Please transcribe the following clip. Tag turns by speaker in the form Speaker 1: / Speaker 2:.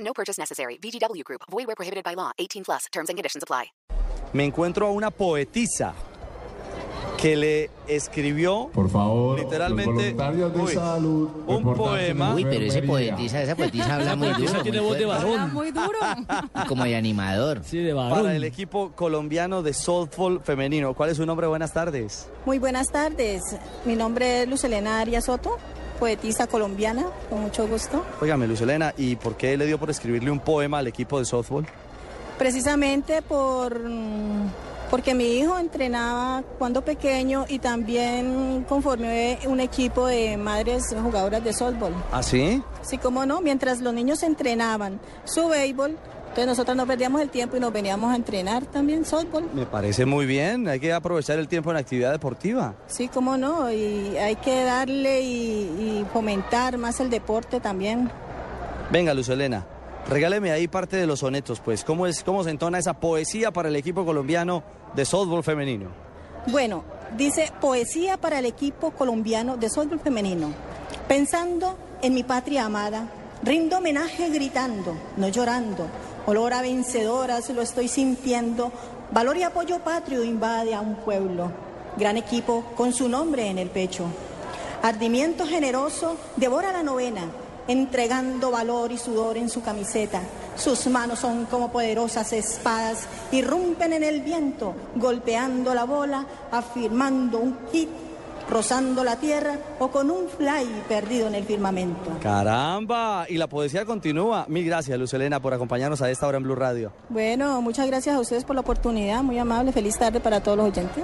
Speaker 1: No purchase necessary. VGW Group. Void where prohibited by law. 18 plus. Terms and conditions apply.
Speaker 2: Me encuentro a una poetisa que le escribió
Speaker 3: Por favor,
Speaker 2: Literalmente,
Speaker 3: los voluntarios de
Speaker 2: uy,
Speaker 3: salud,
Speaker 2: un
Speaker 3: reportarse
Speaker 2: poema.
Speaker 3: en
Speaker 4: Uy, pero ese
Speaker 3: enfermería.
Speaker 4: poetisa, esa poetisa habla muy duro.
Speaker 5: Eso tiene
Speaker 4: muy
Speaker 5: voz de
Speaker 4: fuerte,
Speaker 5: varón.
Speaker 6: Muy duro.
Speaker 4: Como de animador.
Speaker 5: Sí, de varón.
Speaker 2: para el equipo colombiano de softball femenino. ¿Cuál es su nombre? Buenas tardes.
Speaker 6: Muy buenas tardes. Mi nombre es Lucelena Arias Soto, poetisa colombiana, con mucho gusto.
Speaker 2: Óigame, Luz Elena, ¿y por qué le dio por escribirle un poema al equipo de softball?
Speaker 6: Precisamente por mm, porque mi hijo entrenaba cuando pequeño y también conformé un equipo de madres jugadoras de softball.
Speaker 2: ¿Ah, sí?
Speaker 6: Así como no, mientras los niños entrenaban su béisbol, entonces nosotros no perdíamos el tiempo y nos veníamos a entrenar también softball.
Speaker 2: Me parece muy bien. Hay que aprovechar el tiempo en actividad deportiva.
Speaker 6: Sí, cómo no, y hay que darle y- y fomentar más el deporte también.
Speaker 2: Venga, Luz Elena, regáleme ahí parte de los sonetos, pues. ¿Cómo, es, ¿Cómo se entona esa poesía para el equipo colombiano de softball femenino?
Speaker 6: Bueno, dice poesía para el equipo colombiano de softball femenino. Pensando en mi patria amada, rindo homenaje gritando, no llorando. Olor a vencedoras lo estoy sintiendo. Valor y apoyo patrio invade a un pueblo. Gran equipo con su nombre en el pecho. Ardimiento generoso devora la novena, entregando valor y sudor en su camiseta. Sus manos son como poderosas espadas, irrumpen en el viento, golpeando la bola, afirmando un hit, rozando la tierra o con un fly perdido en el firmamento.
Speaker 2: ¡Caramba! Y la poesía continúa. Mil gracias, Luz Elena, por acompañarnos a esta hora en Blue Radio.
Speaker 6: Bueno, muchas gracias a ustedes por la oportunidad, muy amable, feliz tarde para todos los oyentes.